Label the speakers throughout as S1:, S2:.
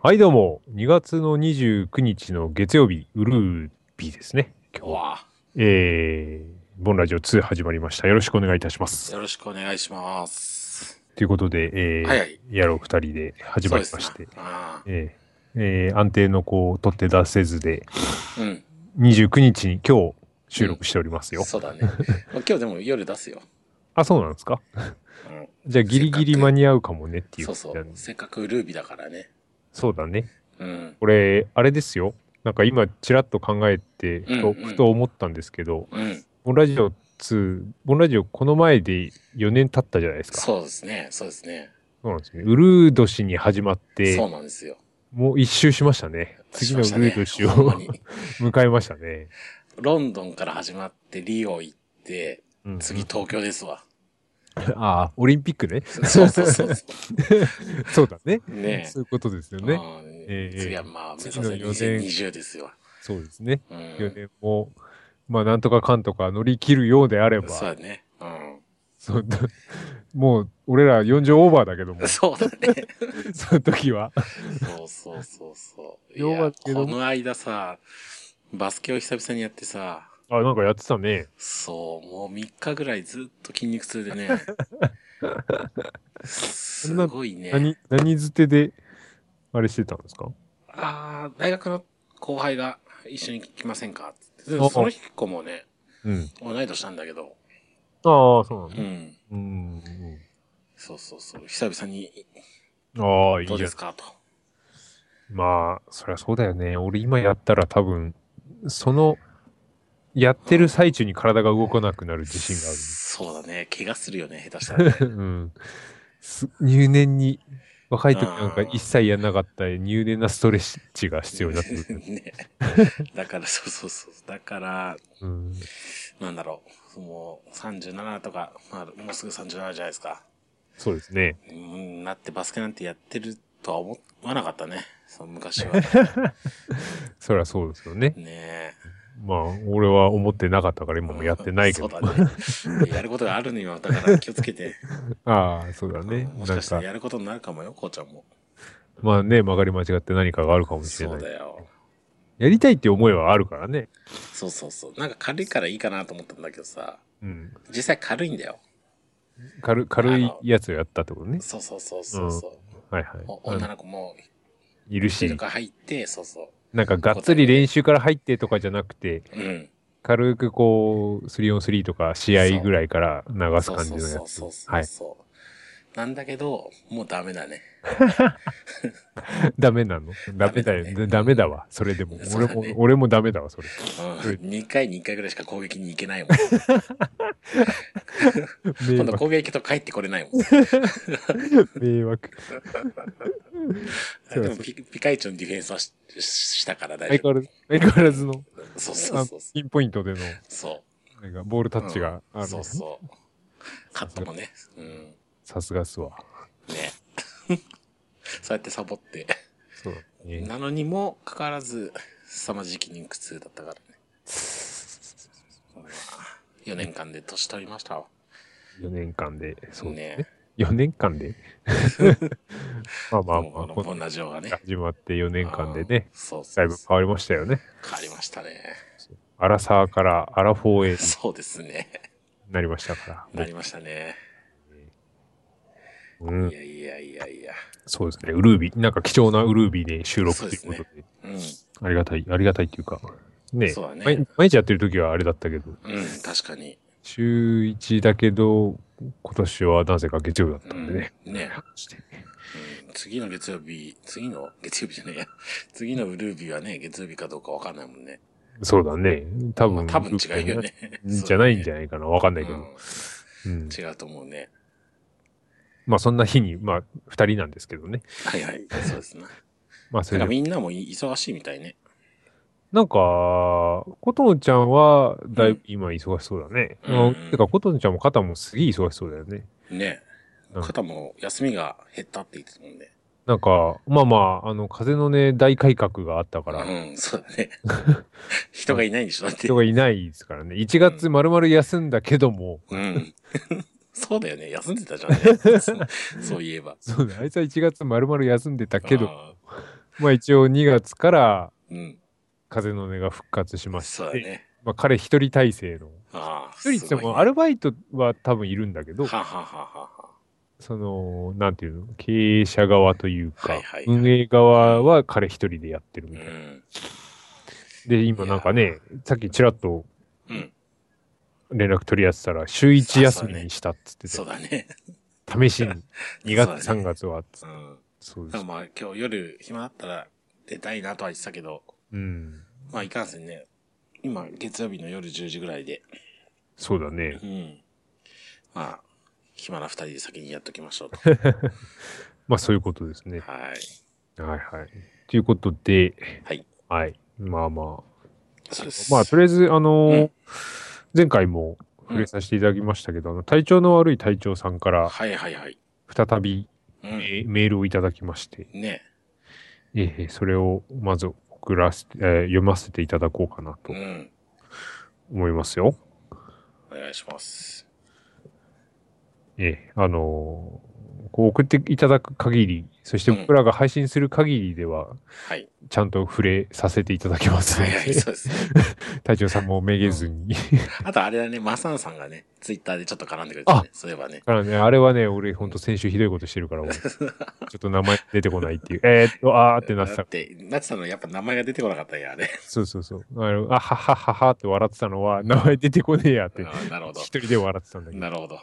S1: はいどうも、2月の29日の月曜日、ウルービーですね。
S2: うわ
S1: えー、ボンラジオ2始まりました。よろしくお願いいたします。
S2: よろしくお願いします。
S1: ということで、えー
S2: はいはい
S1: やろう2人で始まりまし
S2: そう
S1: て
S2: で、すなあ
S1: えーえー安定の子を取って出せずで、
S2: あうん。
S1: 29日に今日収録しておりますよ。
S2: そうだね。まあ今日でも夜出すよ。
S1: あ、そうなんですか
S2: うん。
S1: じゃあギリギリ間に合うかもねっていう
S2: そ
S1: 感
S2: うそ
S1: じな。
S2: うん
S1: です
S2: せっかくルービーだからね。
S1: そうだね。
S2: うん。
S1: これ、あれですよ。なんか今、ちらっと考えてふと、
S2: うんうん
S1: ふと思ったんですけど、
S2: うん。
S1: ボンラジオ2、ボンラジオこの前で4年経ったじゃないですか。そう
S2: そうですね。そうですね。
S1: なんですね。ウルー年に始まっ
S2: そう
S1: て、
S2: なんですよ。
S1: もう一周しましたね。次のウ
S2: しま
S1: ルー
S2: し
S1: 年
S2: たね
S1: を、
S2: ほんまに
S1: 迎えましたね。
S2: ロンドンから始まって、リオ行って、
S1: うん
S2: 次。東京ですわ。
S1: ああ、オリンピックね。
S2: そうそうそうそ
S1: そうだね。
S2: う。ね
S1: そういうことですよ
S2: え。
S1: ね。
S2: うん
S1: ええ
S2: 次はまあ、目指せ
S1: 次の予選
S2: 2020ですよ。
S1: そうですね。
S2: う
S1: 4
S2: ん。
S1: 年も、まあなんとかかんとか乗り切るようであれば、
S2: そうだね。うん。、
S1: そう だもう俺ら40オーバーだけども
S2: そうだね。
S1: その時は。
S2: そうそうそうそう。い
S1: 要は
S2: や、
S1: けど
S2: この間さ、バスケを久々にやってさ、
S1: あ、なんかやってたね。
S2: そう、もう3日ぐらいずっと筋肉痛 でね。すごいね。
S1: 何、何捨てで、あれしてたんですか
S2: ああ、大学の後輩が一緒に来ませんかって言っ
S1: おお
S2: て。その子もね、
S1: うん。
S2: 同い年なんだけど。
S1: ああ、そうなんだ
S2: う。ん。
S1: うん。
S2: そうそうそう。久々に、
S1: ああ、いい
S2: どう
S1: じゃ
S2: で
S1: ん
S2: す。かと。
S1: まあ、そりゃそうだよね。俺今やったら多分、その、やってる最中に体が動かなくなる自信
S2: そうだね。怪我するよね、下手したらね。
S1: がある。うん。す入念に、若い時なんか
S2: あー
S1: 一切やんなかった入念なストレッチが 必要になってくる。
S2: ね。だから、そうそうそう。だから、
S1: うん。
S2: なんだろう、もう37とか、まあ、もうすぐ37じゃないですか。
S1: そうですね。
S2: うん、なってバスケなんてやってるとは思わなかったね。その昔 は。
S1: そりゃそうですよね。
S2: ねえ。
S1: まあ、俺は思ってなかったから今もやってないけど。
S2: そうだね。やることがあるのよ。だから気をつけて。
S1: ああ、そうだ ね。
S2: もし
S1: なん
S2: かした、
S1: から
S2: やることになるかもよ、こうちゃんも。
S1: まあね、曲がり間違って何かがあるかもしれ
S2: そ
S1: な
S2: う
S1: い。
S2: だよ。
S1: やりたいって思いはあるからね。
S2: そうそうそう。なんか軽いからいいかなと思ったんだけどさ、
S1: うん。
S2: 実際軽いんだよ。
S1: 軽軽いやつをやったってことね。
S2: そうそうそうそうそう。
S1: はいはい
S2: お。
S1: あ
S2: 女
S1: の
S2: の子も、
S1: いる
S2: 手と
S1: し、
S2: か入って、そうそ
S1: なんかがっつり練習から入ってとかじゃなくて、
S2: う。うん。
S1: 軽くこう、3on3 とか試合ぐらいから流す感じのや
S2: そう
S1: つ
S2: そうそう。そ
S1: は
S2: う
S1: い。
S2: そう。なんだけど、もうダメだね。
S1: ダメなのダメだ
S2: ダメ
S1: よ。
S2: だね
S1: ダメだわ。それでも。
S2: そう
S1: 俺
S2: だ
S1: も
S2: ね、
S1: 俺もダメだわ、それ。
S2: うん、2回に1回ぐらいしか攻撃に行 けないもん。
S1: 迷
S2: 今度
S1: 惑。
S2: 攻撃と帰ってこれな いもん。
S1: 迷惑。そう
S2: でもピピカイチョのディフェンスはしししたから大
S1: 相
S2: 丈
S1: 変わらず、 相変わらずの、
S2: 夫。そうそ
S1: あ
S2: うそうそ
S1: ピンポイントでの、
S2: う。そ
S1: なんかボールタ
S2: う。
S1: ッチが、
S2: うん
S1: あ
S2: そ
S1: の
S2: う、そう。カットもね。うん。ね。
S1: さすがっすわ。
S2: そうやってサボって。
S1: そうだね。
S2: なのにもかかわらず、凄まじい筋肉痛だった からね。4年間で年取りましたわ。
S1: 4年間で、そうね。
S2: ね。
S1: 4年間で まあまあま
S2: こ
S1: あ、こ
S2: のこ
S1: の
S2: んな情がね。
S1: 始まって4年間でね
S2: あ、ー。そう
S1: だ
S2: そ
S1: いうぶ
S2: そう。
S1: 変わりましたよね。
S2: 変わりましたね。
S1: アラサーからアラフォーへ
S2: そうですね。
S1: なりましたか
S2: な
S1: ら。
S2: りましたね。
S1: うん
S2: い、やいやいやいや。
S1: そうですね。ウルービー、なんか貴重なウルービーで収録と
S2: そう
S1: い
S2: で
S1: う
S2: す
S1: こ
S2: ね
S1: とで、
S2: うん。
S1: ありがたい、ありがたいっていうか、ね
S2: そうだね
S1: 毎毎日やってる時はあれだったけど、
S2: うん、確かに。
S1: 週1だけど、今年はなぜか月曜日だった
S2: うんん、
S1: でね
S2: ね。。うん
S1: して
S2: 次の月曜日、次の月曜日じゃないや。 次のウルービーはね、月曜日かどうかわかんないもんね。
S1: そうだね。多
S2: まあ
S1: 分、
S2: 多分違うよね。
S1: じゃないんじ
S2: ゃ
S1: ゃないかな。わかんない
S2: ない
S1: け
S2: け
S1: ど。うん
S2: 違うと思うね。
S1: まあそんな日に、まあ二人なんですけどね。
S2: はいはい。そうですね。
S1: まあ そ
S2: なん
S1: れ
S2: か
S1: で、
S2: みんなもい忙しいみたいね。
S1: なんか、ことのちゃんはだいぶ今忙しそうだね。
S2: うん
S1: あ
S2: うん
S1: てか、ことのちゃんも肩もすげえ忙しそうだよね。
S2: ね。
S1: うん
S2: 肩も休みが減ったって言ってたもんね。
S1: なんか、まあまあ、あの、風のね、大改革があったから、
S2: うん、そう だね。人がいないんでしょだって
S1: 人。がいないですからね。1月丸々休んだけども、
S2: うん。 そうだよね。休んでたじゃんね。そういえば。
S1: そうだ、あいつは1月丸々休んでたけど、
S2: あ
S1: まあ一応2月から
S2: うん。
S1: 風の音が復活しまし
S2: そうだ
S1: て、
S2: ね。
S1: まあ彼一人体制の。
S2: ああ。
S1: 一人って言って
S2: すごい
S1: も
S2: ね
S1: アルバイトは多分いるんだけど、
S2: ははははは。
S1: その、なんていうの、経営者側というか、
S2: はいはいはい
S1: 運営側は彼一人でやってる
S2: う
S1: みたいな。
S2: ん。
S1: で、今なんかね、さっきちらっと
S2: うん。
S1: 連絡取り合ってたら、週一休みにしたっつってて
S2: そうだね。
S1: 試しに、2月、
S2: そうだね
S1: 3月はっつって、
S2: うん。
S1: そう
S2: だ
S1: で
S2: から
S1: す。
S2: まあ今日夜暇だったら出たいなとは言ってたけど、
S1: うん。
S2: まあいかんせんね。今、月曜日の夜10時ぐらいで。
S1: そうだね
S2: う。ん。まあ、暇な二人で先にやっときましょ うと。
S1: まあそういうことですね。
S2: はい。
S1: はいはい。ということで、
S2: はい。
S1: はい。まあまあ。
S2: そうです。
S1: まあとりあえず、あのー
S2: うん
S1: 前回も触れさせていただきましたけど、あの体調の悪い隊長さんから
S2: はいはいはい。
S1: 再び
S2: う
S1: え
S2: ん。
S1: ーメールをいただきまして、
S2: ね。
S1: えーそれをまず送らせて、えー読ませていただこうかな
S2: う
S1: と
S2: ん。
S1: 思いますよ。
S2: お願い します。
S1: えーあのーこう送っていただく限り、そして
S2: うん
S1: 僕らが配信する限りでは、
S2: はい。
S1: ちゃんと触れさせていただきます
S2: は
S1: の
S2: いはい、
S1: で、
S2: そうですね。
S1: 隊長さんもめげずに。
S2: あとあれだね、マサンさんがね、ツイッターでちょっと絡んでくれたね。そういえばね。
S1: からね、あれはね、俺、ほんと先週ひどいことしてる から、俺ちょっと名前出てこないっていう、えーっと、あーってなって
S2: だ
S1: た
S2: っ。て、なってたのやっぱ名前が出てこなかったんや、あれ。
S1: そうそうそう。あのあははははって笑ってたのは、名前出てこねえやって、
S2: あなる ほど
S1: 一。人で笑ってたんだけど。
S2: なるほど。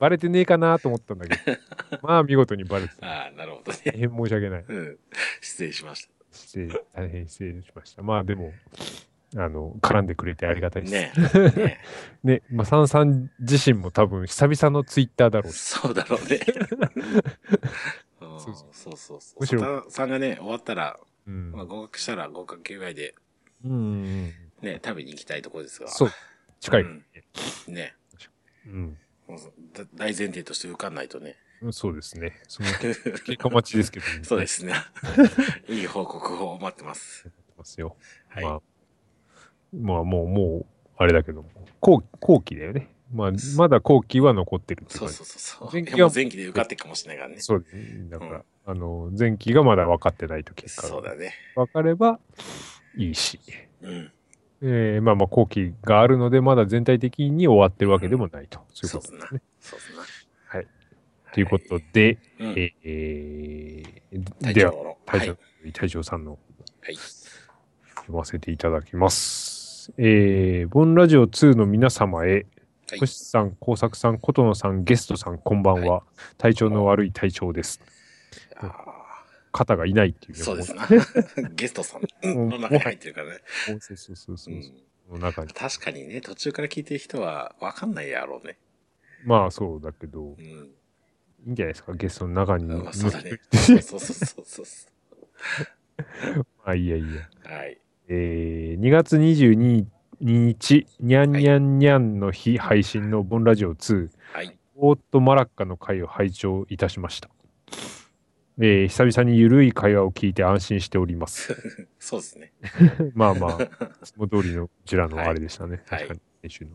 S1: バレてねえかなと思ったんだけ ど、まあ見事にバレてた。
S2: ああ、なるほど
S1: 大
S2: ね。
S1: 変申し訳ない。
S2: うん。失礼しまし
S1: 失礼、大変失礼しました。まあでも、あの、絡んでくれてありがた
S2: た。
S1: いです。
S2: ね。 ね。
S1: ね、まあ、さんさん自身も多分久々のツイッターだろうし。
S2: そうだろう ね。うん
S1: そ
S2: そうう
S1: そう
S2: そうそう。
S1: むしろ
S2: 佐田さんがね、終わったら、
S1: うん。
S2: まあ、合格したら合格9いで、
S1: うんうんうん。
S2: ね、食べに行きたいところですが。。
S1: そうう。近い。
S2: んね。
S1: うん。
S2: もうだ大前提として受かんないとね。
S1: うんそうですね。 その結果待ちですけど、ね
S2: そうで。 すね。いい報告を待ってます。
S1: ますよ。
S2: はい。
S1: まあ、まあ、もう、もう、あれだけども。後後期だよね。まあ、まだ後期は残ってるって
S2: そ
S1: 感
S2: う
S1: じ。
S2: そうそうそう。
S1: 前
S2: い
S1: 期は
S2: やもう前期で受かっていくかもしれないからね。
S1: そうですね。だから、
S2: うん
S1: あの、前期がまだ分かってないと結果
S2: そう
S1: が
S2: だね。
S1: 分かればいいし、
S2: うん。
S1: えーまあまあ後期があるので、まだ全体的に終わってるわけでもないと。そういう
S2: そ
S1: こと
S2: うです
S1: で
S2: な
S1: すね。。
S2: そうですな。
S1: ということで、
S2: うん。
S1: えーえー
S2: 大
S1: で
S2: 丈
S1: は、
S2: 夫の。は
S1: 隊長
S2: い。
S1: 隊長さんの
S2: はい。
S1: 読ませていただきます。えー、ボンラジオ2の皆様へ、
S2: はい
S1: 星さん、工作さん、琴野さん、ゲストさん、こんばんは。体調の悪い隊長です。
S2: ああ
S1: 肩がいないっていう、ね。
S2: そうですな。 ゲストさん
S1: ん
S2: の中に入ってるからね。
S1: もうそうそうそうそうう。
S2: ん。
S1: この中に。
S2: 確かにね、途中から聞いてる人は分かんないやろうね。
S1: まあそうだけど、
S2: うん。
S1: いいんじゃないですか、ゲストの中に。
S2: まあ、そうだね。そうそうそうそうそ
S1: まあいいやいいや。
S2: う。はい。
S1: えー、2月22日、にゃんにゃんにゃんの日配信のボンラジオ2、
S2: はい。
S1: オートマラッカの会を拝聴いたしました。えー、久々にゆるい会話を聞いて安心しており ます。
S2: そうですね。
S1: まあまあ、いつも通りのこちらのあれでしたね。
S2: はい
S1: 確かに、先週の。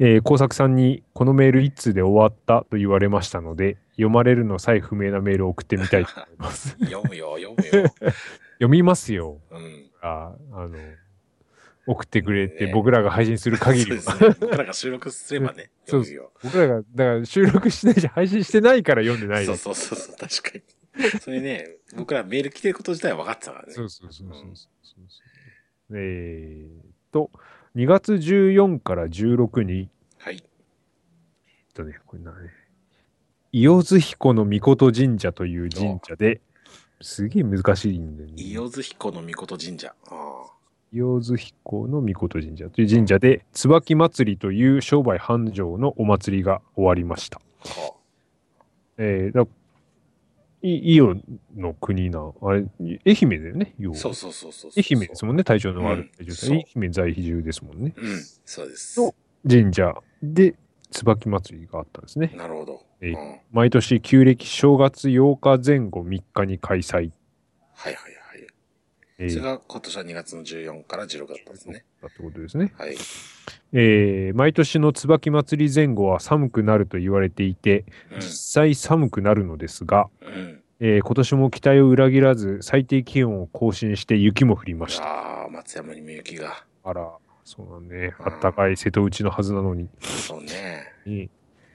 S1: えー工作さんに、このメール一通で終わったと言われましたので、読まれるのさえ不明なメールを送ってみたいと思います。
S2: 読むよ、読むよ。
S1: 読みますよ。
S2: うん。
S1: ああの、送ってくれて、
S2: ね
S1: 僕らが配信する限
S2: そう
S1: り
S2: で
S1: は。
S2: すね。僕らが収録すればね、
S1: そう
S2: 読むよ。
S1: 僕らが、だから収録しないし、配信してないから読んでない
S2: そ
S1: よ
S2: うそうそうそう、確かに。 それね、僕らメール来てること自体は分かってたからね。
S1: そうそうそうそうそうそうそう。えーっと、2月14から16に、
S2: はい。
S1: えっとね、これなね、伊津彦の御事神社という神社で、すげえ難しいんだよね。
S2: 伊予津彦の御事神社。あ
S1: 伊津彦の御事神社という神社で、椿祭りという商売繁盛のお祭りが終わりました。
S2: あ。は
S1: えー、だいイオの国な、あれ、い愛媛だよね、要
S2: あ
S1: は
S2: そうそうそうそうそう。
S1: 愛媛ですもんね、体調の悪い体調さん、
S2: うん
S1: 愛媛在比住ですもんね。
S2: うん、そうです。
S1: の神社で椿祭りがあったんですね。
S2: なるほど。
S1: え
S2: う
S1: い
S2: ん。はい
S1: 毎年旧暦正月8日前後3日に開催。
S2: はいはい。
S1: えー
S2: それが今年は2月の14から16だったんですね。
S1: だってことですね、
S2: はい。
S1: えー毎年の椿祭り前後は寒くなると言われていて、実際寒くなるのですが、
S2: うん。うん。
S1: えー今年も期待を裏切らず、最低気温を更新して雪も降りました。
S2: ああ、松山にみゆきが。
S1: あら、そうなんね。あったかい瀬戸内のはずなのに。
S2: そうね。
S1: え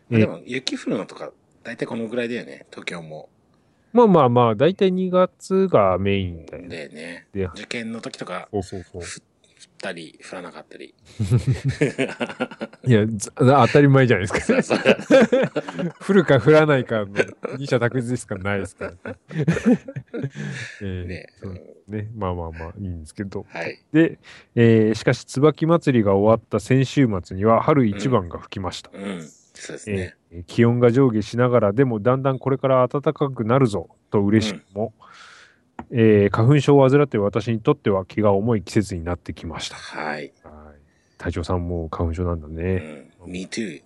S2: まあでも、雪降るのとか、大体このぐらいだよね。東京も。
S1: まあまあまあ、だいたい2月がメインだよね。
S2: でね。
S1: で
S2: 受験の時とか、
S1: そうそうそう。
S2: 降ったり、降らなかっ たり。
S1: いや、ざ 当たり前じゃないです
S2: そう
S1: か。
S2: そう
S1: 降るか降らないかの二者択一しかないですから。 えー
S2: ね
S1: そうですね。まあまあまあ、いいんですけど。
S2: はい。
S1: で、えーしかし、椿祭りが終わった先週末には、春一番が吹きました。
S2: うん。そうです
S1: え
S2: ね。
S1: ー気温が上下しながらでもだんだんこれから暖かくなるぞと嬉しくも、えー花粉症を患っている私にとっては気が重い季節になってきました
S2: はい。
S1: はい隊長さんも花粉症なんだ
S2: う
S1: ね、
S2: ん。me too.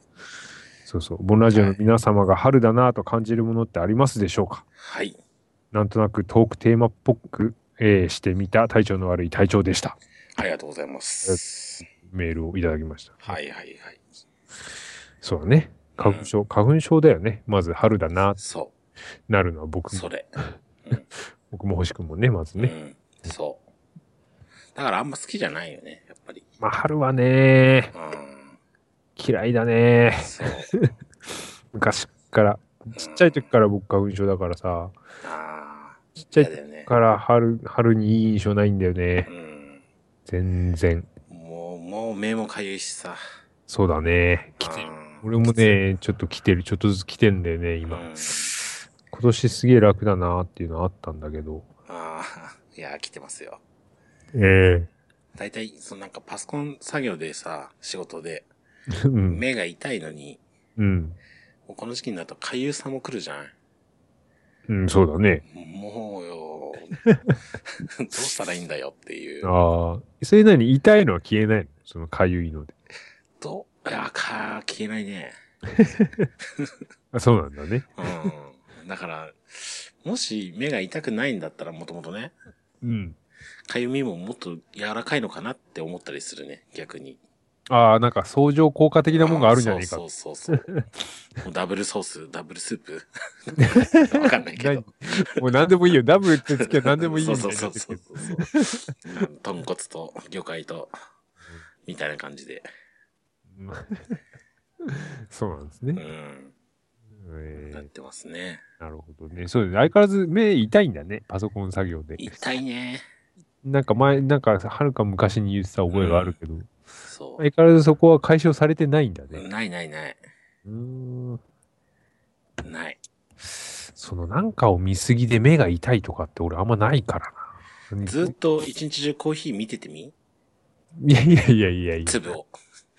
S1: そうそうボンラジオの皆様が春だなぁと感じるものってありますでしょうか
S2: はい。
S1: なんとなくトークテーマっぽく、えーしてみた体調の悪い隊長でした
S2: ありがとうございます。
S1: メールをいただきました
S2: はいはいはい。
S1: そうだね花粉症、花粉症だよねまず春だなぁ
S2: そ
S1: なるのは僕
S2: う。そ
S1: も
S2: れ。
S1: 僕も欲しくもねまず
S2: う
S1: ね、
S2: ん。そう。だからあんま好きじゃないよね、やっぱり。
S1: まあ、春はね、
S2: うん。
S1: 嫌いだ ね。
S2: そう。
S1: 昔から。ちっちゃい時から僕花粉症だからさ、
S2: ああ。
S1: ちっちゃい
S2: 嫌
S1: 時
S2: だよね。
S1: から春、春にいい印象ないんだよね
S2: う。ん。
S1: 全然。
S2: もう、もう目もかゆいしさ。
S1: そうだね。来てる。俺もね、ちょっと来てる。ちょっとずつ来てんだよね、
S2: うん、
S1: 今。
S2: あ
S1: 今年すげえ楽だなっていうのはあったんだけど。
S2: あー。いや、来てますよ。
S1: え
S2: 大体、そのなんかパソコン作業でさ、仕事で、
S1: えうん。
S2: 目が痛いのに、
S1: うん。
S2: もうこの時期になるとかゆさも来るじゃん。
S1: うん、そうだね。
S2: もう よ。どうしたらいいんだよっていう。
S1: ああ。それなりに痛いのは消えないのその痒いので。
S2: どういや、か、消えないね。
S1: あそうなんだね。
S2: うん。だから、もし目が痛くないんだったらもともとね、
S1: うん。
S2: かゆみももっと柔らかいのかなって思ったりするね、逆に。
S1: ああ、なんか相乗効果的なもんがあるんじゃないか
S2: そうそうそ うそう。もうダブルソース、ダブルスー プわかんないけど。
S1: もう何でもいいよ。 ダブルってつけ ば何でもいいみたい
S2: そう
S1: に
S2: そ
S1: なっ
S2: う
S1: て
S2: そ
S1: く
S2: う
S1: る
S2: そう。うん豚骨と魚介と、みたいな感じで。
S1: うん そうなんです
S2: う
S1: ね。
S2: ん。
S1: え
S2: なってますね。
S1: ーなるほどね。そうです。相変わらず目痛いんだね。パソコン作業で。
S2: 痛いね。
S1: なんか前、なんかはるか昔に言ってた覚えがあるけど、
S2: そう。
S1: 相変わらずそこは解消されてないんだね。
S2: ないないないう
S1: ーん。
S2: ない。
S1: そのなんかを見すぎで目が痛いとかって俺あんまないからな。
S2: ずっと一日中コーヒー見ててみ
S1: いやいやいやいやいや。
S2: 粒を。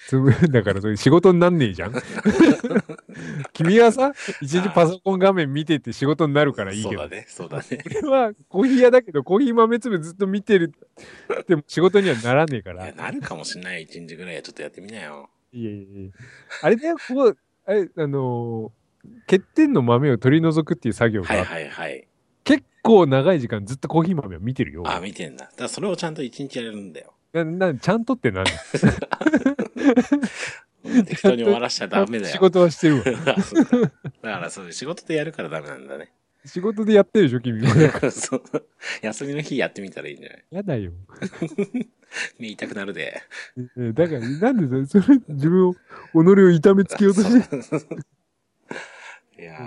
S1: つぶだからそれ仕事になんねえ じゃん。君はさ、一日パソコン画面見てて仕事になるからいい
S2: そ
S1: け
S2: う
S1: ど
S2: だ、ね、そうだ ね。
S1: 俺はコーヒー屋だけどコーヒー豆粒ずっと見てるでも仕事にはならねえか
S2: い
S1: らい
S2: や、
S1: や
S2: なるかもしんない。一日ぐらいはちょっとやってみなよ。
S1: いやいやあれだよここあれあのー欠点の豆を取り除くっていう作業が、
S2: はいはいはい。
S1: 結構長い時間ずっとコーヒー豆を見てるよ
S2: あ、見てんだ。だからそれをちゃんと一日やれるんだよ。
S1: ななちゃんとってなんだ
S2: 適当に終わらしちゃダメだ
S1: 仕
S2: よ。
S1: 事はしてるわ
S2: あ そうだだからそういう仕事でやるからダメなんだね。
S1: 仕事でやってるでしょ君 も
S2: そう休みの日やってみたらいいんじゃない
S1: やだよ
S2: 目痛くなるで。
S1: ええだからなんでそれそれ自分を己を痛めつけようとして
S2: いや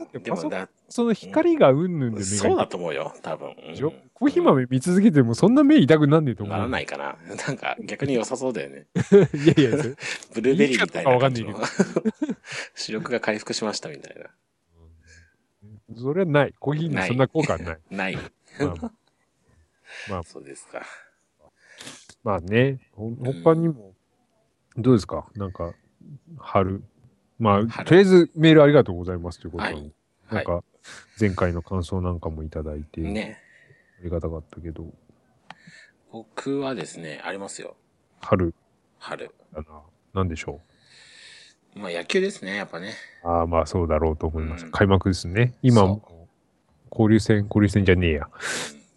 S1: だって
S2: ー、で
S1: パソ
S2: もだ、
S1: その光がうんぬんで目が痛い
S2: そうだと思うよ、多分。うん
S1: でしょコーヒー豆見続けてもそんな目痛くなんねえと思う
S2: ならないかな。 なんか逆に良さそうだよね。
S1: いやいやそれ
S2: ブルーベリーみたいな感じの
S1: いい
S2: 視力が回復しましたみたいな。
S1: それはない。コーヒーにそんな効果はない。
S2: ない。
S1: まあ、
S2: そうですか。
S1: まあね、ほ他にも、どうですかなんか、春。まあ、
S2: 春
S1: とりあえずメールありがとうございますということなの
S2: は
S1: で、な
S2: は
S1: ん
S2: い。
S1: か、前回の感想なんかもいただいて、
S2: ね。
S1: ありがたかったけど、
S2: 僕はですね、ありますよ。
S1: 春
S2: 春。
S1: だな。なんでしょ
S2: まあ野球ですね、やっぱね。
S1: う。ああ、まあそうだろうと思います。
S2: うん
S1: 開幕ですね。今
S2: そ、
S1: 交流戦、交流戦じゃねえや。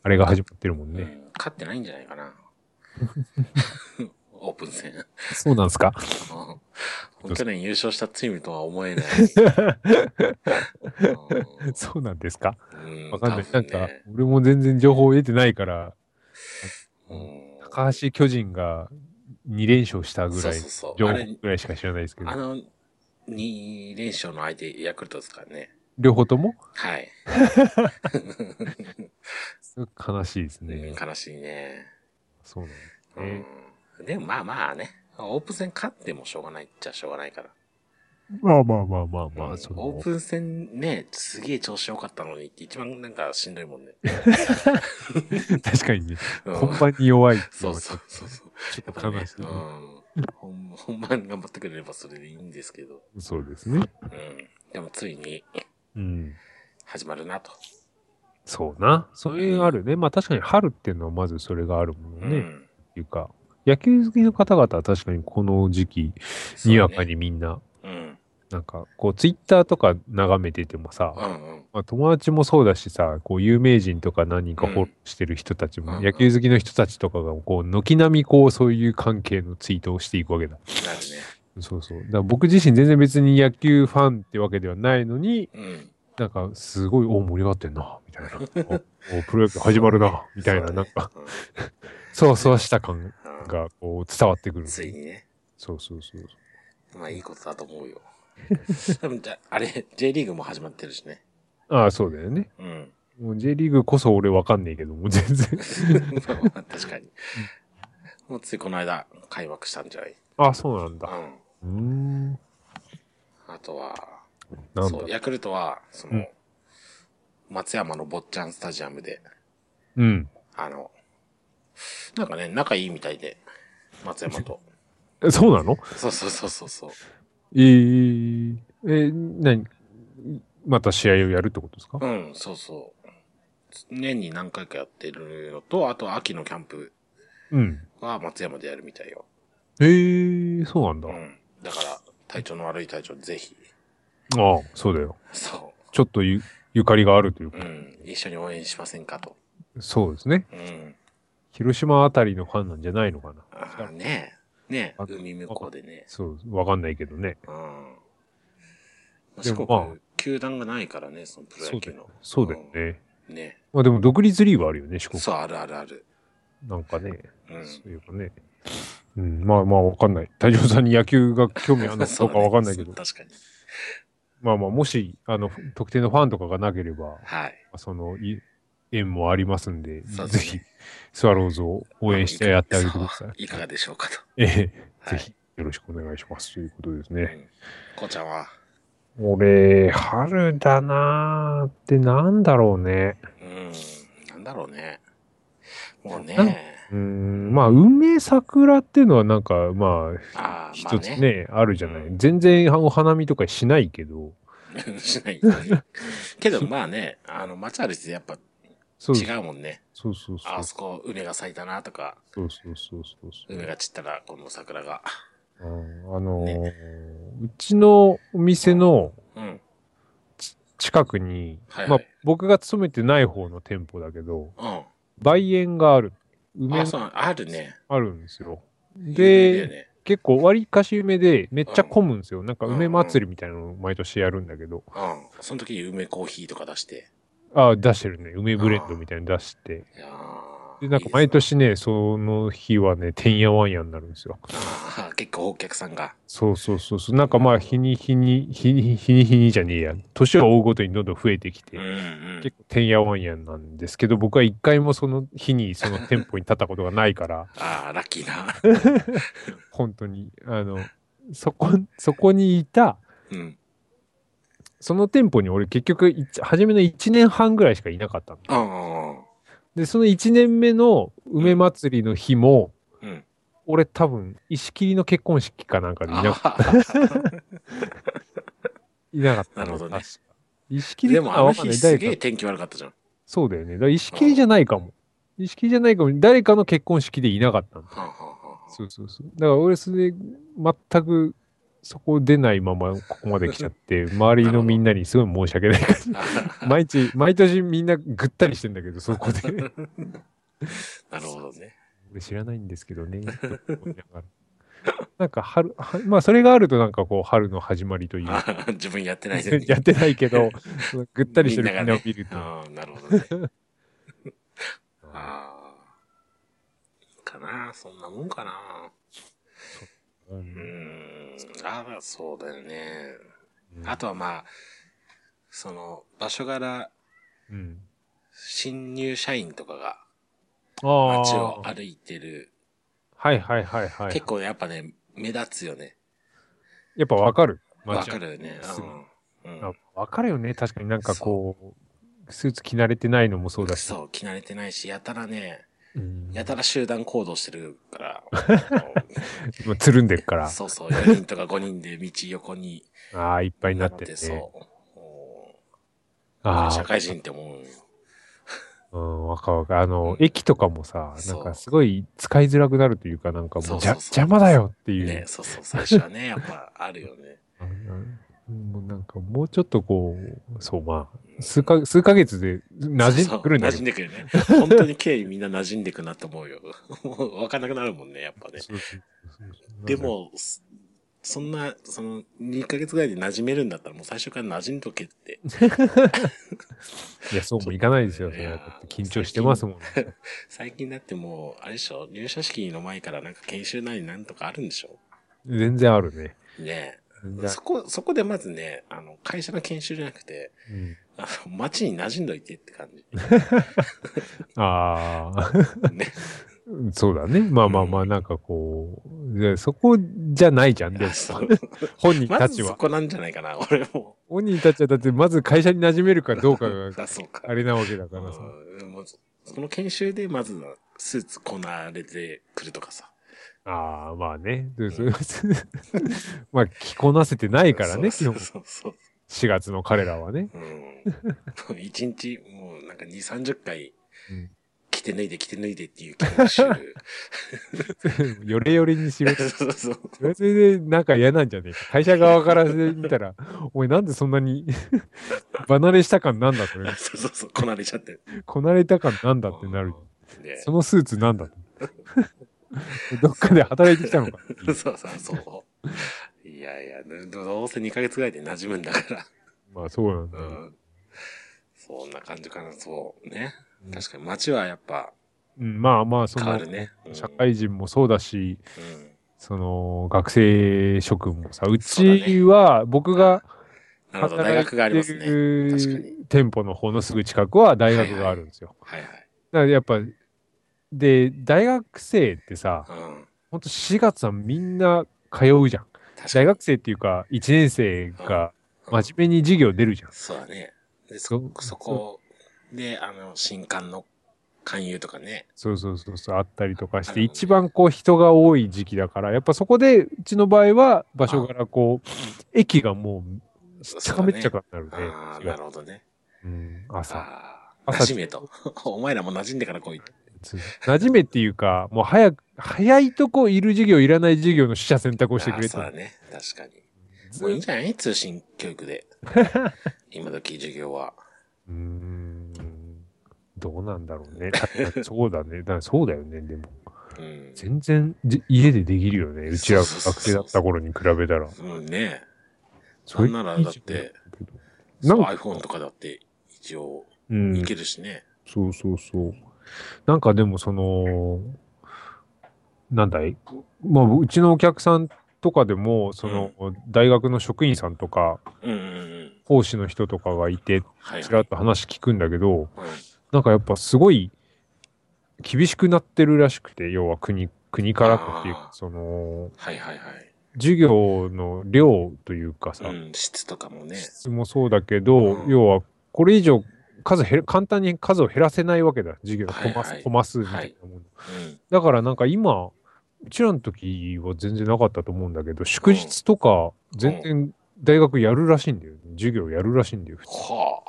S1: あれが始まってるもん
S2: う
S1: ね。
S2: ん勝ってないんじゃない かな。オープン戦。
S1: そうなんですか
S2: うん去年優勝したチームとは 思えない。
S1: そうなんですか
S2: うん。
S1: わかんない。
S2: 多
S1: なん
S2: 分
S1: か
S2: ね、
S1: 俺も全然情報を得てないから、
S2: うん
S1: 高橋巨人が2連勝したぐらい
S2: そう、そうそう。
S1: 情
S2: あ
S1: 報
S2: れ、
S1: ぐらいしか知らないですけど
S2: あ、の、2連勝の相手、ヤクルトですからね。
S1: 両方とも
S2: はい。
S1: すごく悲しいです
S2: うん
S1: ね。
S2: 悲しいね。
S1: そうなん
S2: う
S1: で
S2: ん。でもまあまあね。オープン戦勝ってもしょうがないっちゃしょうがないから。
S1: すね。まあまあまあまあま
S2: う
S1: あ、
S2: ん
S1: そ
S2: オー
S1: の
S2: プ、ン戦ね、すげえ調子良かったのにって一番なんかしんどいもんね。
S1: 確かにね、
S2: うん
S1: 本番に弱いっていう
S2: そ
S1: の
S2: う
S1: は
S2: そうそうそう。
S1: ちょ
S2: や
S1: っ
S2: っぱ
S1: と
S2: ね
S1: 悲しい。
S2: うん本本番頑張ってくれればそれでいいんですけど。
S1: そうですね。
S2: うん。でもついに
S1: うん。
S2: 始まるなと。
S1: そうな。そういうのあるね。まあ確かに春っていうのはまずそれがあるも
S2: うん
S1: ね。っ
S2: ん。
S1: ていうか、野球好きの方々は確かにこの時期、
S2: そうね
S1: にわかにみんな、
S2: うん。
S1: なんかこうツイッターとか眺めててもさ、
S2: うんうん。
S1: まあ、友達もそうだしさ、こう有名人とか何人かフォローしてる人たち
S2: うん
S1: も、
S2: うん
S1: 野球好きの人たちとかが、こう、軒並みこう、そういう関係のツイートをしていくわけだ。
S2: なる
S1: そうそう。だから僕自身全然別に野球ファンってわけではないのに、
S2: ね。うん。
S1: なんかすごい、お、盛り上がってんな、みたいな。おおプロ野球始まるな、みたいな、
S2: そう
S1: なん
S2: ね
S1: か、
S2: うん
S1: そわそわした感
S2: うん
S1: がこう伝わってくる。
S2: ついにね。
S1: そうそうそう。
S2: まあいいことだと思うよ。多分じゃあ、あれ、J リーグも始まってるしね。
S1: ああ、そうだよね。
S2: うん。
S1: もう J リーグこそ俺わかんねえけど、もう全然。
S2: まあまあ確かに。もうついこの間、開幕したんじゃない
S1: ああ、そうなん
S2: う
S1: だ。
S2: ん。
S1: うーん。
S2: あとは、
S1: なんだ
S2: そう、。ヤクルトは、その、
S1: うん
S2: 松山の坊っちゃんスタジアムで、
S1: うん。
S2: あの、なんかね、仲いいみたいで、松 山と。
S1: えそうなの
S2: そうそうそうそうそう。
S1: えー、え、何また試合をやるってことですか
S2: うん、そうそう。年に何回かやってるのと、あと秋のキャンプ
S1: うん。
S2: は松山でやるみたいよ。
S1: えー、そうなんだ。
S2: う
S1: あ
S2: ん。だから、体調の悪い体調ぜひ。
S1: あ、そうだよ。
S2: そ
S1: ちょっとゆゆかりがあるという
S2: う。
S1: か
S2: う、ん。一緒に応援しませんかと。
S1: そうですね。
S2: うん。
S1: 広島あたりのファンなんじゃないのかな。
S2: あーねえ。ねえ
S1: あ。
S2: 海向こうでね。
S1: そう、わかんないけどね。
S2: うん。
S1: で
S2: 四
S1: も
S2: 国、
S1: まあ
S2: 球団がないからね、そのプロ
S1: そう
S2: 野
S1: だ
S2: 球
S1: よ
S2: の。
S1: そうだよね。
S2: ね。
S1: まあでも独立リーグあるよね、四国。
S2: そう、あるあるある。
S1: なんかね。
S2: うん。
S1: そういえばね。うん、まあまあわかんない。太丈さんに野球が興味あるのかどうかわかんないけど、
S2: そう確かに。
S1: まあまあもし、あの、特定のファンとかがなければ、
S2: はい。
S1: その、い縁もありますんで、
S2: そうです
S1: ぜ
S2: ね
S1: ひ、スワローズを応援してやってあげてください
S2: そう。いかがでしょうかと。
S1: ええ、
S2: は
S1: ぜ
S2: い
S1: ひ、よろしくお願いします。ということです
S2: う
S1: ね。
S2: んこうちゃんは、
S1: 俺、春だなーってなんだろうね。
S2: うん、なんだろうね。もう
S1: なん
S2: ね、
S1: うーん、まあ、梅桜っていうのはなんか、まあ、
S2: ああ、まあ
S1: 一つ
S2: ね。
S1: ね、あるじゃない。
S2: うん
S1: 全然お花見とかしないけど、
S2: しないよね。けどまあね、あの、街歩いててやっぱ
S1: そう
S2: 違うもんね。
S1: そうそうそ
S2: あ
S1: う
S2: あそこ、梅が咲いたなとか、
S1: そうそうそうそうそう。
S2: 梅が散ったら、この桜が。
S1: うんあのーうちのお店の
S2: うん、
S1: 近くに、
S2: はい
S1: ま
S2: は
S1: あ
S2: い、
S1: 僕が勤めてない方の店舗だけど、
S2: うん。
S1: 梅園がある。梅
S2: あ、
S1: が
S2: そうなん、あるね。
S1: あるんですよ。
S2: 有名だ
S1: で、
S2: よね、
S1: 結構割かし梅でめっちゃ混むんですよ。なんか
S2: うん
S1: 梅祭りみたいなのを毎年やるんだけど、
S2: うん。その時に梅コーヒーとか出して。
S1: あ出してるね。梅ブレンドみたいなの出して。
S2: いやー
S1: で、なんか毎。
S2: いい
S1: 年ね、その日はね、てんやわんやになるんですよ。
S2: ですねあー結構お客さんが。
S1: そうそうそうそう。なんかまあ、日に日に、日に日に日にじゃねえや。年を追うごとにどんどん増えてきて。
S2: うんうん。
S1: 結構てんやわんやなんですけど僕は一回もその日にその店舗に立ったことがないから
S2: ああ、ラッキ ーな。
S1: 本当にあのそこそこにいた
S2: うん。
S1: その店舗に俺結局いち初めの1年半ぐらいしかいなかったの
S2: ああ。
S1: でその1年目の梅祭りの日も、
S2: うん。
S1: 俺多分石切りの結婚式かなんかでいな
S2: あー
S1: いなかった
S2: なるほどね
S1: 確か石切り
S2: で
S1: か
S2: も
S1: な
S2: あの
S1: わかん
S2: 日
S1: ない
S2: す
S1: 誰
S2: げえ
S1: か
S2: 天気悪かったじゃん。
S1: そうだよねだから石切りじゃないかも石切りじゃないかも誰かの結婚式でいなかったの
S2: はあはあはあ
S1: そうそうそう。だから俺それ全くそこを出ないままここまで来ちゃ って、周りのみんなにすごい申し訳ない感 じ。
S2: あ
S1: 毎日、毎年みんなぐったりしてんだけど、そこ で。
S2: なるほどね。
S1: 俺知らないんですけどね。と思いながらなんか春、はまあそれがあるとなんかこう春の始まりという。
S2: 自分やってない
S1: やってないけ ど、そのぐったりしてる
S2: みんな
S1: みんな
S2: が
S1: を
S2: ね
S1: 見ると。
S2: ああ、なるほどね。ああ。かなそんなもんかな
S1: う
S2: うんん。ああ、そうだよね。あ、とはまあ、その、場所柄、
S1: うん。
S2: 新入社員とかが
S1: あ
S2: 街を
S1: あ。
S2: 歩いてる。
S1: はいはいはいはい。
S2: 結構やっぱね、目立つよね。
S1: やっぱわかる。
S2: わか
S1: る。
S2: るよね。うん。うん
S1: あわかるよね。確かになんかこう、スーツ着慣れてないのもそうだし。
S2: そう、着慣れてないし、やたらね、
S1: うん
S2: やたら集団行動してるから、
S1: まあつるんでるか
S2: あの
S1: ら。
S2: そうそう、4人とか5人で道横に
S1: ああ、いっぱいになってる
S2: そ
S1: ね。
S2: うおー。
S1: あ
S2: 社
S1: あ、
S2: 会人って思うよ。
S1: うん、わかるわかる。あの、駅とかもさ、な
S2: そ
S1: ん
S2: う
S1: かすごい使いづらくなるというか、なんかもうじゃ
S2: そうそうそう
S1: 邪魔だよっていう。
S2: ね、そうそう、最初はね、やっぱあるよね。
S1: うんもうなんかもうちょっとこう、そうまあ、数か数ヶ月で 馴染んでくるんだ
S2: そうそう馴染
S1: け
S2: ん
S1: ど。
S2: でくるね。本当に経緯みんな馴染んでくなって思うよ。 もう分かんなくなるもんね、やっぱね。
S1: そうそうそうそう
S2: で、も、そそんな、その、2ヶ月ぐらいで馴染めるんだったら、もう最初から馴染んどけ って。
S1: いや、そうもいかないですよ。
S2: い
S1: そ
S2: や
S1: れはだって緊張してますもん。
S2: 最近だってもう、あれでしょ入社式の前からなんか研修なりなんとかあるんでしょ
S1: 全然あるね。
S2: ね
S1: 全
S2: え。
S1: 然あ
S2: そこ、そこでまずね、あの、会社の研修じゃなくて、
S1: るうん
S2: あの、街に馴染んどいてっ て感じ。
S1: ああ、
S2: ね。
S1: そうだね。まあまあまあ、なんかこう、でそこじゃないじゃん。で
S2: あ そう
S1: 本人
S2: ま
S1: た
S2: ず
S1: ち
S2: そ
S1: は。
S2: こなんじゃないかな、俺も。
S1: 本人たちはだって、まず会社に馴染めるかどうか が
S2: あ、そうか。
S1: あれなわけだからさ。
S2: うんもうそその研修でまずはスーツこなれてくるとかさ。
S1: ああ、まあね。でそれ まあ、着こなせてないからね、基
S2: そう
S1: 本。
S2: そうそう
S1: 4月の彼らはね。
S2: そう。うん。一日、もうなんか2、30回
S1: うん、
S2: 着て脱いで着て脱いでっていう研修。
S1: よれよれにしろ。
S2: そうそうそう。
S1: それで、なんか嫌なんじゃねえか。会社側から見たら、おい、なんでそんなに 離れした感なんだそれ。
S2: そうそうそう、こなれちゃって。
S1: こなれた感なんだってなる。
S2: で
S1: そのスーツなんだ どっかで働いてきたの か。
S2: そうそうそう。いやいや、どどうせ2ヶ月ぐらいで馴染むんだから。
S1: まあ、そうなんだ
S2: う
S1: よ。
S2: ん。そんな感じかな、そう。ね。
S1: うん
S2: 確かに街はやっぱ
S1: うん、まあまあ、そ
S2: 変わ
S1: の
S2: る、ね。うん
S1: 社会人もそうだし、
S2: うん。
S1: その、学生諸君もさ、う
S2: そうだね
S1: ちは、僕が
S2: なるほど、大学がありますね。確か
S1: る
S2: に。
S1: 店舗の方のすぐ近くは大学があるんですよ。
S2: はいはい。
S1: だからやっぱ、で、大学生ってさ、
S2: うん。
S1: ほんと4月はみんな通うじゃん。
S2: 確か
S1: 大
S2: に。
S1: 学生っていうか、1年生が
S2: うん
S1: 真面目に授業出るじゃん。
S2: そうだね。で、そ
S1: そ、
S2: そこで、あの、新刊の勧誘とかね。
S1: そうそうそうそう、あったりとかし
S2: なる
S1: て、
S2: ほどね
S1: 一番こう人が多い時期だから、やっぱそこで、うちの場合は場所からこう、駅がもう、しっちゃかめっちゃかになるね。
S2: ああ、なるほどね。
S1: うん、朝。
S2: ああ、馴
S1: 朝
S2: 染めと。 お前らも馴染んでから来い。
S1: そう馴染めっていうか、もう早く、早いとこいる授業、いらない授業の取捨選択をしてくれ
S2: あ
S1: て
S2: あそうだね。確かに。
S1: ず
S2: もういいんじゃない通信教 育で。今時授業は。
S1: うーんどうなんだろうね。確かにそうだね。だからそうだよね。でも、
S2: うん。
S1: 全然じ家でできるよね。うちらが
S2: そうそう
S1: 学
S2: そうそ
S1: 生
S2: う
S1: だった頃に比べたら。
S2: うんね。
S1: それ
S2: なんならだって。
S1: なん
S2: iPhone とかだって一応
S1: うん
S2: いけるしね。
S1: そうそうそう。なんかでもその、なんだいまあ、うちのお客さんとかでも、その、大学の職員さんとか、
S2: うんうんうん。
S1: 講師の人とかがいて、
S2: はい、
S1: ち
S2: は
S1: ら
S2: い
S1: っ。と話聞くんだけど、
S2: うん
S1: なんかやっぱすごい厳しくなってるらしくて、要は国、国からかっていう
S2: あ
S1: か
S2: ー、
S1: その、
S2: はいはいはい。
S1: 授業の量というかさ、
S2: うん、質とかもね。
S1: 質もそうだけど、
S2: うん
S1: 要はこれ以上数減る、簡単に数を減らせないわけだ。授業の
S2: はいはい
S1: コマ数、コマ数みたいなもの。
S2: うん。
S1: だからなんか今、うちらの時は全然なかったと思うんだけど、祝日とか全然大学やるらしいんだよね。授業やるらしいんだよ。
S2: は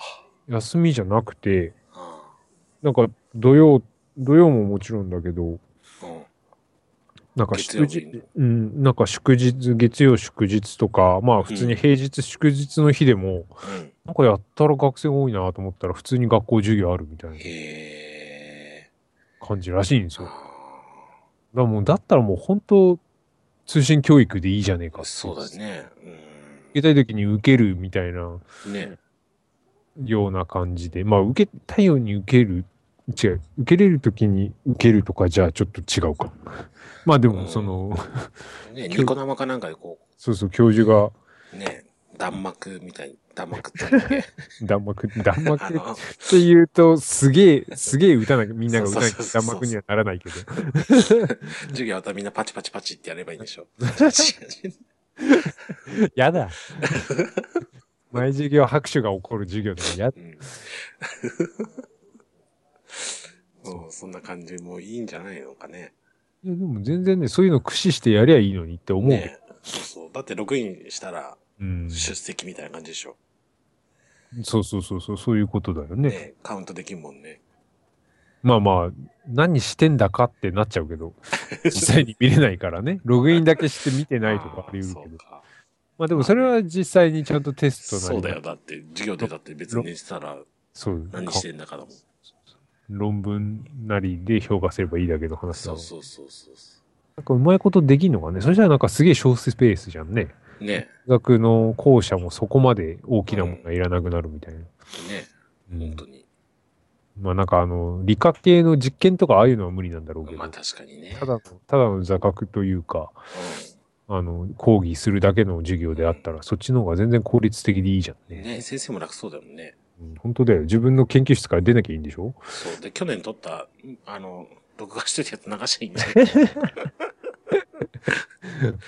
S1: 休みじゃなくて、
S2: あ。
S1: なんか土曜、土曜ももちろんだけど、
S2: うん。
S1: なんか
S2: 月曜
S1: 祝
S2: 日に
S1: 日、うん、なんか祝日、月曜祝日とか、まあ普通に平日、祝日の日でも、
S2: うん。
S1: なんかやったら学生が多いなと思ったら、普通に学校授業あるみたいな
S2: へえ。
S1: 感じらしいんですよ。だか
S2: あ
S1: らもう、だったらもう本当、通信教育でいいじゃねえかって
S2: そうだね。
S1: 受けたい時に受けるみたいな
S2: うん。ね。
S1: ような感じで、まあ、受けたいように受ける、違う、受けれる時に受けるとかじゃちょっと違うか。 まあで
S2: うん
S1: も、その、
S2: ね、ニコ生かなんかでこ
S1: そうそう、教授が
S2: う、ね、弾幕みたいに、弾幕って言うん だっけ
S1: 弾 幕、弾幕
S2: あ
S1: っ
S2: の、
S1: て言うと、すげえ、すげえ打たなきゃ、みんなが打たなき
S2: そう
S1: ゃ
S2: そ
S1: 弾
S2: うそうそう
S1: 幕にはならない けど。
S2: 授業あったらみんなパチパチパチってやればいいんで しょ。パチパチパチ
S1: や だ。前授業拍手が起こる授業でもや
S2: うん。そう、そんな感じもいいんじゃないのかね。
S1: いやでも全然ね、そういうの駆使してやりゃいいのにって思うけど。
S2: ね。そうそう。だってログインしたら
S1: うん。
S2: 出席みたいな感じでしょ。
S1: そうそうそうそう、そういうことだよね。
S2: ね。カウントできんもんね。
S1: まあまあ、何してんだかってなっちゃうけ ど、実際に見れないからね。ログインだけして見てないとかあり
S2: あー
S1: 得
S2: そ
S1: るけど。
S2: うか。
S1: まあでもそれは実際にちゃんとテストなり
S2: そうだよ。。だって、授業でだって別にしたら
S1: そう。
S2: 何してんだからもん。
S1: 論文なりで評価すればいいだけの話だ
S2: そ
S1: も
S2: うんそうそうそうそ
S1: なんかうまいことできんのがね。そしたらなんかすげえ小スペースじゃんね。
S2: う。ね。
S1: 学の校舎もそこまで大きなものがいらなくなるみたいな。
S2: ね。
S1: うん
S2: 本当に。
S1: まあなんかあの、理科系の実験とかああいうのは無理なんだろうけど、
S2: まあ確かにね。
S1: ただの、ただの座学というか、あの、講義するだけの授業であったら、そっちの方が全然効率的でいいじゃん
S2: う
S1: ね。
S2: ん。ね、先生も楽そうだもんね。
S1: うん本当だよ。自分の研究室から出なきゃいいんでし ょ
S2: そう。で、去年撮った、あの、録画してるやつ流しゃいいん じゃない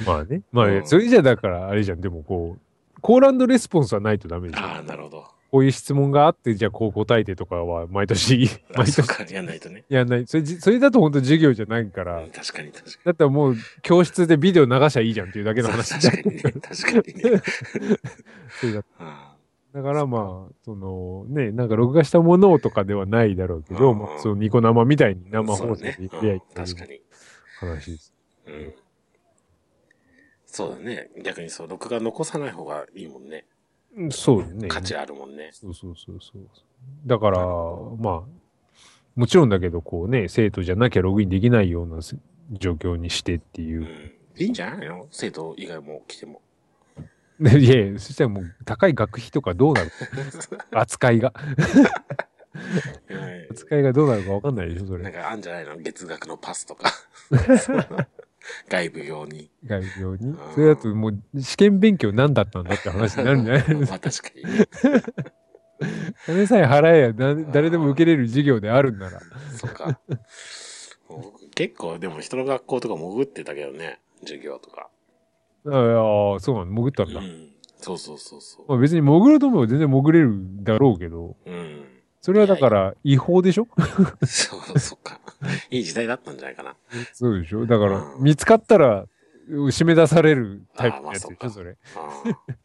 S1: まあね。まあ、
S2: うん
S1: それじゃだから、あれじゃん。でもこう、コーランドレスポンスはないとダメでしょ
S2: ああ、なるほど。
S1: こういう質問があって、じゃあこう答えてとかは毎 年、
S2: あ
S1: 毎
S2: そ
S1: 年
S2: っか、やんないとね。
S1: やんない。それじそれだと本当授業じゃないから、
S2: うん確かに確か
S1: だったらもう教室でビデオ流しゃいいじゃんっていう だけ
S2: に。
S1: の
S2: そ
S1: 話
S2: う
S1: じゃん
S2: 確かにね。確かにね。
S1: そうだ
S2: あ
S1: だからまあ、そのね、なんか録画したものとかではないだろうけど、
S2: うん
S1: まあ、そのニコ生みたいに
S2: あ
S1: 生放
S2: そう
S1: 送
S2: だね
S1: で。
S2: う
S1: やりゃいい
S2: ん
S1: って
S2: 確か
S1: いう
S2: に。
S1: 話です。
S2: うん。そうだね。逆にそう、録画残さない方がいいもんね。
S1: うんそうですね。
S2: 価値あるもんね。
S1: そうそうそうそう。だから、まあ、もちろんだけど、こうね、生徒じゃなきゃログインできないようなせ状況にしてっていうう。
S2: ん。いいんじゃないの生徒以外も来ても。
S1: でいやいや、そしたらもう高い学費とかど うなるか扱いが。
S2: はい
S1: 扱いがどうなるかわかんないでしょ、そ
S2: なん
S1: れ。
S2: かあんじゃないの月額のパスとか。 外部用に。
S1: 外業に
S2: うん。
S1: それだともう試験勉強何だったんだって話になるんじゃない
S2: まあ確かにね。
S1: 金さえ払えやだ誰でも受けれる授業であるんなら。
S2: そっか。もう結構でも人の学校とか潜ってたけどね。授業とか。
S1: ああ、そうなの、潜った
S2: うん
S1: だ。
S2: ん。そうそうそうそ
S1: まあ、別に潜ろうと思えば全然潜れるだろうけど、
S2: う。うん。
S1: それはだから違法でしょ
S2: そう、そっか。いい時代だったんじゃないかな。
S1: そうでしょだから
S2: うん
S1: 見つかったら締め出されるタイプのやつでし
S2: あーまあ
S1: ょ
S2: そ
S1: それ。
S2: ああ。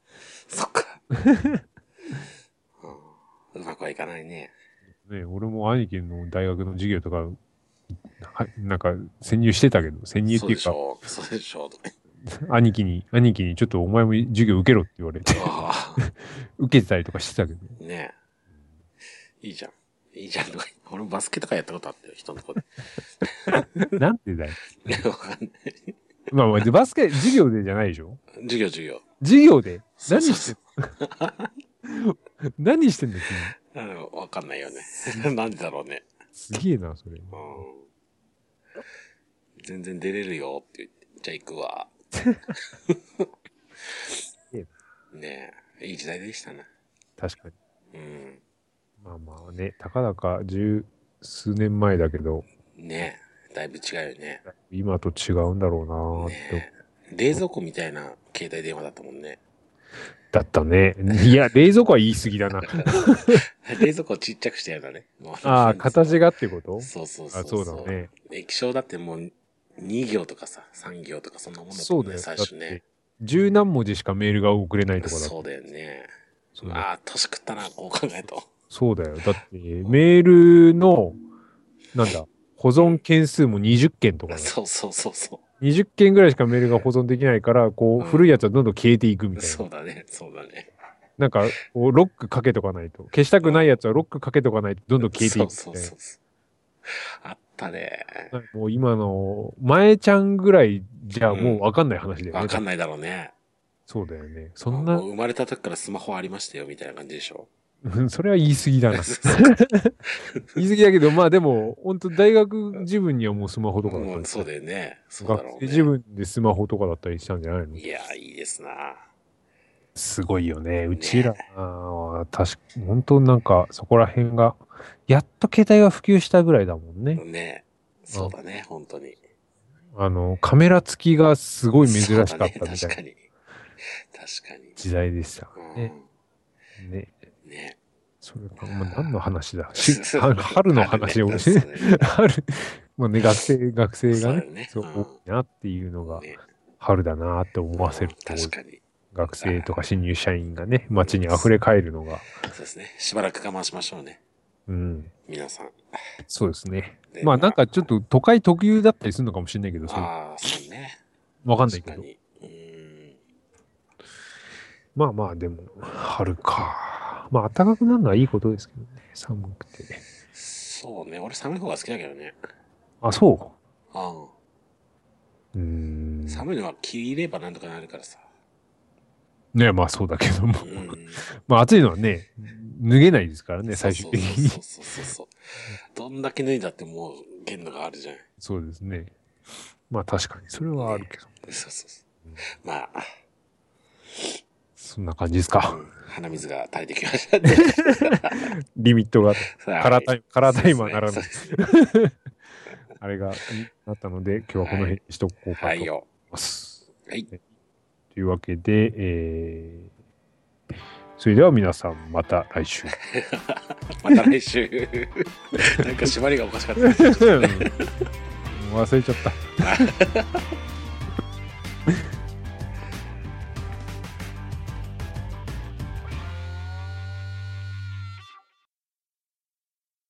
S2: そっ か。うんうまくはいかないね。
S1: ね俺も兄貴の大学の授業とか、はなんか潜入してたけど、潜入っ
S2: そう
S1: てい
S2: で
S1: う
S2: し
S1: か、
S2: ょう。そうでしょう。とか
S1: 兄貴に、兄貴にちょっとお前も授業受けろって言われて、
S2: あ
S1: 受けてたりとかしてたけど。
S2: あ。ねえ。いいじゃん。いいじゃんとか。俺もバスケとかやったことあったよ。人のとこで。
S1: なんでだよ。
S2: いやわかんない。
S1: まあまあ、でバスケ、授業でじゃないでしょ
S2: 授業授業。
S1: 授業で
S2: そう
S1: 何
S2: そう
S1: してんの何してんだ君
S2: うんわかんないよね。 なんでだろうね。
S1: すげえな、それ。
S2: うん全然出れるよって言って、じゃあ行くわ。 ねえ、いい時代でしたね。
S1: 確かに。
S2: うん。
S1: まあまあね、たかだか十数年前だけど、
S2: ねえ、だいぶ違うよね。
S1: 今と違うんだろうなーって。
S2: ねえ、冷蔵庫みたいな携帯電話だったもんね。
S1: だったね。いや、冷蔵庫は言い過ぎだ な。
S2: 冷蔵庫をちっちゃくしたようなね。もう
S1: ああ、形。がってこと
S2: そうそうそう
S1: あそうだ。ね。
S2: 液晶だってもう2行とかさ、3行とかそんなもんだった
S1: そ
S2: も
S1: うんだ
S2: ね、
S1: よ。だ
S2: 最
S1: っ
S2: 初ね
S1: て。、十何文字しかメールが送れないとかだ
S2: そうだよね。
S1: そうだ
S2: ああ、年食ったな、こう考えると。
S1: そうだよ。だって、メールの、なんだ、保存件数も20件とかだよ
S2: そうそうそうそう。
S1: 20件ぐらいしかメールが保存できないから、こ
S2: う
S1: う、
S2: ん
S1: 古いやつはどんどん消えていくみたいな。
S2: そうだね、そうだね。
S1: なんか、こうロックかけとかないと。消したくないやつはロックかけとかないと、どんどん消えていくみた
S2: そ
S1: いうな
S2: そうそうそう。あったね。
S1: もう今の、前ちゃんぐらいじゃあもうわかんない話だよね。
S2: わかんないだろうね。
S1: そうだよね。そん
S2: も
S1: な
S2: う、生まれた時からスマホありましたよ、みたいな感じでしょ。
S1: うん それは言い過ぎだな。言い過ぎだけど、まあでも、本当大学自分にはもうスマホとかだった
S2: うんん、
S1: です
S2: そう
S1: よ
S2: だよね。そうだ
S1: 学
S2: ろ
S1: 生
S2: うね。
S1: 自分でスマホとかだったりしたんじゃないの
S2: いや、いいですな。
S1: すごいよね。うちら、あー確か、本当なんかそこら辺が、やっと携帯が普及したぐらいだもんね。
S2: ねそうだね、本当に。
S1: あの、カメラ付きがすごい珍しかっ
S2: そ
S1: た
S2: う
S1: み
S2: だね
S1: たいな
S2: 確かに。確かに。
S1: 時代でしたね。
S2: う
S1: ね。
S2: ん、ね。
S1: それか、ま あ、何の話だし
S2: そう
S1: 春春の話を、
S2: 春ね
S1: 春、まあね、学生、学生が
S2: そうだ
S1: ね
S2: よ、ね
S1: そう、
S2: うん
S1: 多いなっていうのが、
S2: ね
S1: 春だなって思わせる。
S2: 確かに。
S1: 学生とか新入社員がね、街に溢れ返るのが、
S2: そうですね。しばらく我慢しましょうね。
S1: うん、
S2: 皆さん。
S1: そうですね。
S2: で
S1: まあなんかちょっと都会特有だったりするのかもしれないけど、それ
S2: ああ、そうね。
S1: わかんない
S2: 確
S1: け
S2: か
S1: ど。
S2: に。うーん。
S1: まあまあ、でも、春か。まあ暖かくなるのはいいことですけどね、寒くて。
S2: そうね。俺寒い方が好きだけどね。
S1: あ、そ
S2: あ
S1: う。うーん。
S2: あ。寒いのは着ればなんとかなるからさ。
S1: ねまあそうだけども。
S2: うん。
S1: まあ暑いのはね、脱げないですからね、最終的に。
S2: そうそうそうそうそう。どんだけ脱いだってもう限度があるじゃん。
S1: そうですね。まあ確かに、それはあるけど。
S2: そうそうそう。まあ、
S1: そんな感じですか
S2: う。ん鼻水が垂れてきまし たね。
S1: リミットが、
S2: さ あ
S1: カラータイム、カラータイムはなら
S2: そ
S1: な
S2: う
S1: い
S2: で。すね
S1: あれが、なったので、今日はこの辺にしとこうかと
S2: は
S1: 思
S2: い
S1: い
S2: よ。
S1: ます。
S2: はい。
S1: というわけで、えーそれでは皆さんまた来 週。
S2: また来週。 なんか縛りがおかしかったです。
S1: 忘れちゃった。